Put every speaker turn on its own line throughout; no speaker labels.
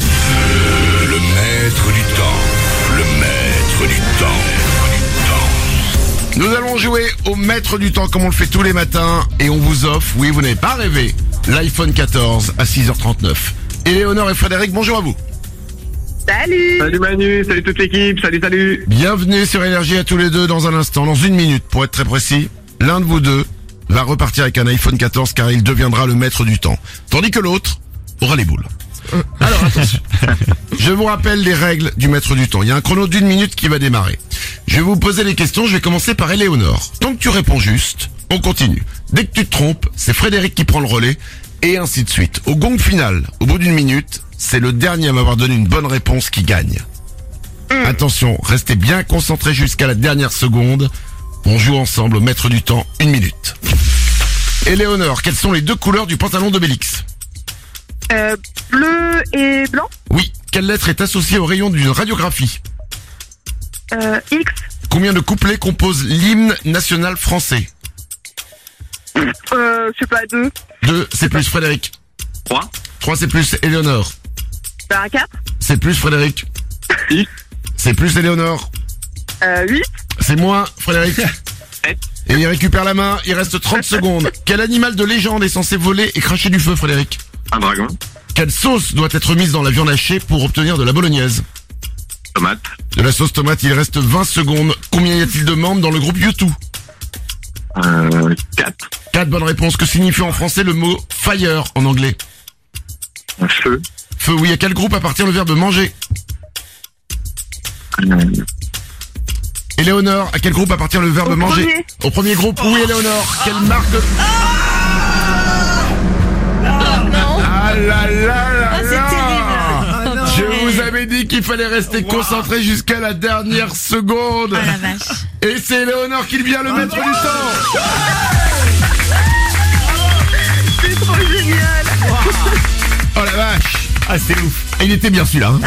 Le maître du temps. Le maître du temps.
Nous allons jouer au maître du temps comme on le fait tous les matins et on vous offre, oui vous n'avez pas rêvé, l'iPhone 14 à 6h39. Éléonore et Frédéric, bonjour à vous.
Salut
Salut Manu, salut toute l'équipe, salut salut
Bienvenue sur Énergie à tous les deux dans un instant, dans une minute pour être très précis. L'un de vous deux va repartir avec un iPhone 14 car il deviendra le maître du temps. Tandis que l'autre aura les boules. Alors attention. Je vous rappelle les règles du maître du temps. Il y a un chrono d'une minute qui va démarrer. Je vais vous poser les questions, je vais commencer par Éléonore. Tant que tu réponds juste, on continue. Dès que tu te trompes, c'est Frédéric qui prend le relais, et ainsi de suite. Au gong final, au bout d'une minute, c'est le dernier à m'avoir donné une bonne réponse qui gagne. Attention, restez bien concentrés jusqu'à la dernière seconde. On joue ensemble au maître du temps, une minute. Éléonore, quelles sont les deux couleurs du pantalon d'Obélix
Euh, Bleu et blanc
Oui, quelle lettre est associée au rayon d'une radiographie
euh, X
Combien de couplets composent l'hymne national français
euh, Je sais pas, 2
2, c'est plus Frédéric.
3
3, c'est plus Éléonore.
Ben 4
C'est plus Frédéric.
Six.
C'est plus Éléonore.
euh, 8
C'est moins Frédéric.
Sept.
Et il récupère la main, il reste 30 secondes. Quel animal de légende est censé voler et cracher du feu, Frédéric
Un dragon,
Quelle sauce doit être mise dans la viande hachée pour obtenir de la bolognaise
tomate,
De la sauce tomate, il reste 20 secondes. Combien y a-t-il de membres dans le groupe YouTube
euh, 4,
4 bonnes réponses. Que signifie en français le mot fire en anglais
un feu,
Feu, oui. À quel groupe appartient le verbe manger
euh,
Éléonore, à quel groupe appartient le verbe
Au
manger
premier.
Au premier groupe, oui, Éléonore. Quelle marque de... Ah là là là là Ah, Je vous avais dit qu'il fallait rester concentré jusqu'à la dernière seconde. Et c'est Éléonore qui devient le maître du temps.
C'est trop génial
Oh la vache.
Ah, c'était ouf.
Il était bien celui-là. hein.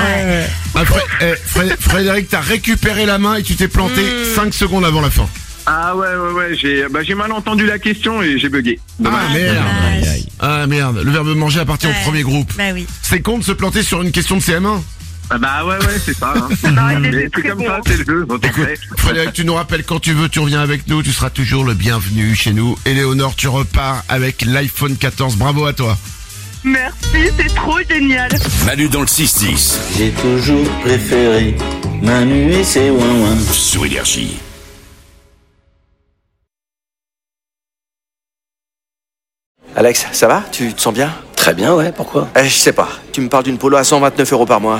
Ah, Fré- eh, Fré- Frédéric, t'as récupéré la main et tu t'es planté 5 secondes avant la fin.
Ah ouais, ouais, ouais, j'ai bah, j'ai mal entendu la question et j'ai bugué.
Ah
Dommage.
merde.
Aïe, aïe.
Ah merde. Le verbe manger appartient au premier groupe.
Bah oui.
C'est con de se planter sur une question de CM1.
Ah bah ouais, ouais, c'est ça. Hein.
Non, Ah, il
Mais
était
c'est
très
comme
bon.
ça, c'est le jeu, autant
Écoute,
faire.
Frédéric, tu nous rappelles quand tu veux, tu reviens avec nous, tu seras toujours le bienvenu chez nous. Éléonore, tu repars avec l'iPhone 14. Bravo à toi.
Merci, c'est trop génial
Manu dans le 6-10
J'ai toujours préféré Manu et ses ouin
sur Énergie.
Alex, ça va Tu te sens bien
Très bien, ouais, pourquoi
Eh, je sais pas. Tu me parles d'une polo à 129 euros par mois.